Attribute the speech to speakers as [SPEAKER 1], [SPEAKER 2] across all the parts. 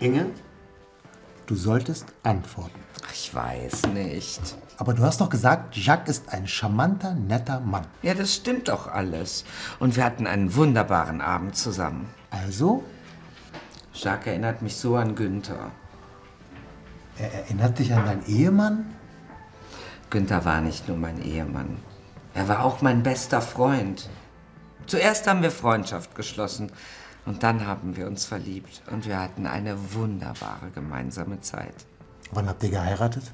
[SPEAKER 1] Inge, du solltest antworten.
[SPEAKER 2] Ich weiß nicht.
[SPEAKER 1] Aber du hast doch gesagt, Jacques ist ein charmanter, netter Mann.
[SPEAKER 2] Ja, das stimmt doch alles. Und wir hatten einen wunderbaren Abend zusammen.
[SPEAKER 1] Also,
[SPEAKER 2] Jacques erinnert mich so an Günther.
[SPEAKER 1] er erinnert dich an deinen Ehemann?
[SPEAKER 2] Günther war nicht nur mein Ehemann. Er war auch mein bester Freund. Zuerst haben wir Freundschaft geschlossen und dann haben wir uns verliebt und wir hatten eine wunderbare gemeinsame Zeit.
[SPEAKER 1] Wann habt ihr geheiratet?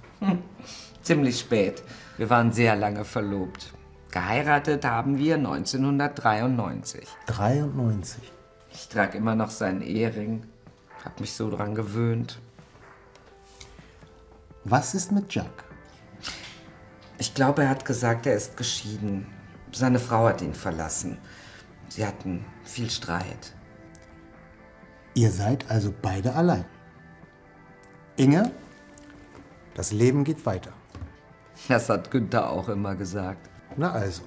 [SPEAKER 2] Ziemlich spät. Wir waren sehr lange verlobt. Geheiratet haben wir 1993.
[SPEAKER 1] 93.
[SPEAKER 2] Ich trage immer noch seinen Ehering. Hab mich so dran gewöhnt.
[SPEAKER 1] Was ist mit Jacques?
[SPEAKER 2] Ich glaube, er hat gesagt, er ist geschieden. Seine Frau hat ihn verlassen. Sie hatten viel Streit.
[SPEAKER 1] Ihr seid also beide allein. Inge, das Leben geht weiter.
[SPEAKER 2] Das hat Günther auch immer gesagt.
[SPEAKER 1] Na also.